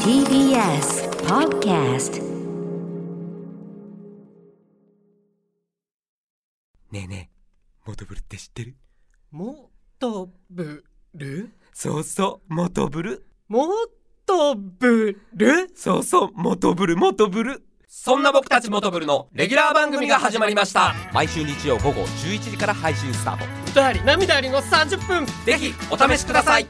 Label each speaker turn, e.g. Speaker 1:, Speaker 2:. Speaker 1: TBS Podcast
Speaker 2: ねえねえモトブルって知ってる
Speaker 3: もっとぶる
Speaker 2: そうそうモトブル
Speaker 3: もっとぶる
Speaker 2: そうそうモトブルモトブルそんな僕たちモトブルのレギュラー番組が始まりました毎週日曜午後11時から配信スタート
Speaker 3: 歌あり涙ありの30分
Speaker 2: ぜひお試しください